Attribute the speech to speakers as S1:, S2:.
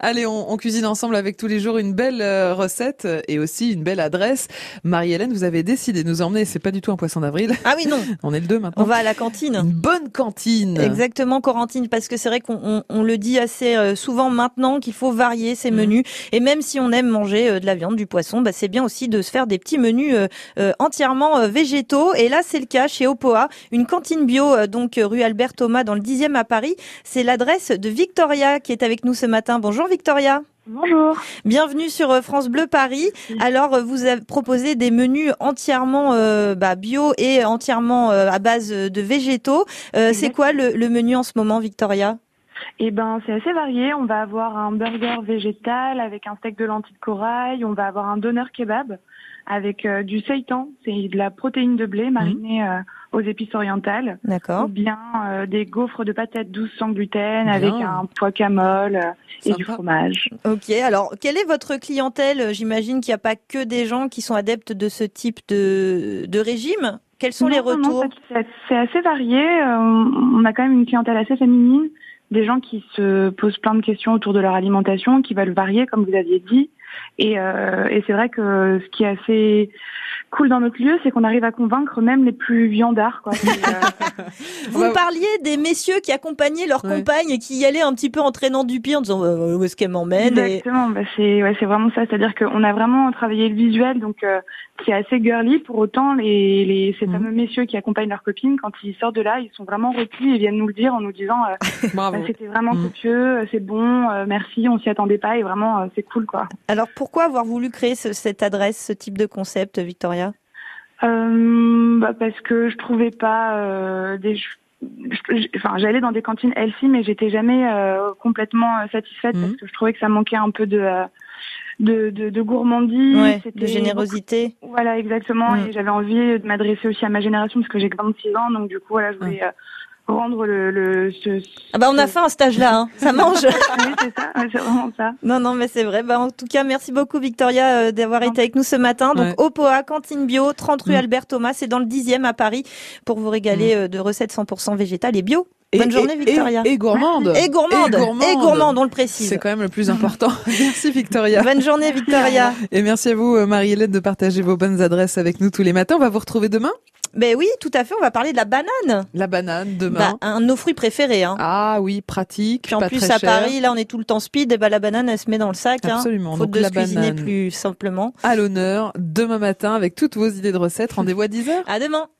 S1: Allez, on, on, cuisine ensemble avec tous les jours une belle euh, recette et aussi une belle adresse. Marie-Hélène, vous avez décidé de nous emmener, c'est pas du tout un poisson d'avril.
S2: Ah oui, non.
S1: on est le 2 maintenant.
S2: On va à la cantine.
S1: Une bonne cantine.
S2: Exactement, Corentine, parce que c'est vrai qu'on on, on le dit assez euh, souvent maintenant qu'il faut varier ses mmh. menus. Et même si on aime manger euh, de la viande, du poisson, bah c'est bien aussi de se faire des petits menus euh, entièrement euh, végétaux. Et là, c'est le cas chez Opoa, une cantine bio, euh, donc rue Albert Thomas, dans le 10e à Paris. C'est l'adresse de Victoria qui est avec nous ce matin. Bonjour Victoria.
S3: Bonjour.
S2: Bienvenue sur euh, France Bleu Paris. Alors, euh, vous avez proposé des menus entièrement euh, bah, bio et entièrement euh, à base de végétaux. Euh, c'est quoi le, le, menu en ce moment, Victoria
S3: eh ben, c'est assez varié. On va avoir un burger végétal avec un steak de lentilles de corail. On va avoir un doner kebab avec euh, du seitan, c'est de la protéine de blé marinée mmh. aux épices orientales.
S2: D'accord.
S3: Ou bien euh, des gaufres de patates douces sans gluten bien. avec un pois camole et du fromage.
S2: Ok, alors quelle est votre clientèle J'imagine qu'il n'y a pas que des gens qui sont adeptes de ce type de, de régime quels sont non, les retours
S3: C'est assez varié. Euh, on a quand même une clientèle assez féminine, des gens qui se posent plein de questions autour de leur alimentation, qui veulent varier, comme vous aviez dit. Et, euh, et c'est vrai que ce qui est assez cool dans notre lieu, c'est qu'on arrive à convaincre même les plus viandards. Quoi.
S2: euh... Vous me parliez des messieurs qui accompagnaient leur ouais. compagne et qui y allaient un petit peu en traînant du pied en disant euh, où est-ce qu'elle m'emmène
S3: Exactement, et... bah c'est ouais, vraiment ça. C'est-à-dire qu'on a vraiment travaillé le visuel, donc euh, qui est assez girly. Pour autant, les, les
S2: Mhm.
S3: ces mmh. fameux messieurs qui accompagnent leurs copines, quand ils sortent de là, ils sont vraiment replis et viennent nous le dire en nous disant bah, c'était
S2: Mm.
S3: vraiment mmh. copieux, c'est bon, euh, merci, on s'y attendait pas et vraiment euh, c'est cool quoi.
S2: Alors, alors pourquoi avoir voulu créer ce, cette adresse, ce type de concept, Victoria
S3: euh, bah Parce que je trouvais pas euh, des. Enfin, j'allais dans des cantines healthy, mais j'étais jamais euh, complètement satisfaite mmh.
S2: Mm.
S3: parce que je trouvais que ça manquait un peu de euh, de, de, de gourmandise,
S2: ouais, de générosité. Mm.
S3: Beaucoup... Voilà, exactement. Mmh. Et j'avais envie de m'adresser aussi à ma génération parce que j'ai 26 ans, donc du coup, voilà, je
S2: Mm.
S3: voulais. Mmh rendre le, le ce, ce,
S2: ah bah on a faim à cet âge-là, hein. ça mange.
S3: oui, c'est ça, c'est vraiment ça.
S2: Non, non, mais c'est vrai. Bah, en tout cas, merci beaucoup Victoria euh, d'avoir été avec nous ce matin. Donc ouais. Opoa, cantine bio, 30 rue mmh. Albert Thomas, c'est dans le 10e à Paris pour vous régaler mmh. euh, de recettes 100% végétales et bio.
S1: Et,
S2: Bonne journée, Victoria.
S1: Et, et, gourmande.
S2: et, gourmande. Et gourmande. Et gourmande, on le précise.
S1: C'est quand même le plus important. merci, Victoria.
S2: Bonne journée, Victoria.
S1: Et merci à vous, Marie-Hélène, de partager vos bonnes adresses avec nous tous les matins. On va vous retrouver demain.
S2: Ben oui, tout à fait. On va parler de la banane.
S1: La banane demain.
S2: Bah, un de nos fruits préférés. Hein.
S1: Ah oui, pratique.
S2: Puis en
S1: pas
S2: plus
S1: très
S2: à
S1: cher.
S2: Paris, là, on est tout le temps speed. Et ben la banane, elle se met dans le sac.
S1: Absolument.
S2: Hein,
S1: Faute Donc,
S2: de
S1: la
S2: se cuisiner
S1: banane
S2: plus simplement.
S1: À l'honneur demain matin avec toutes vos idées de recettes. Rendez-vous à 10 h
S2: À demain.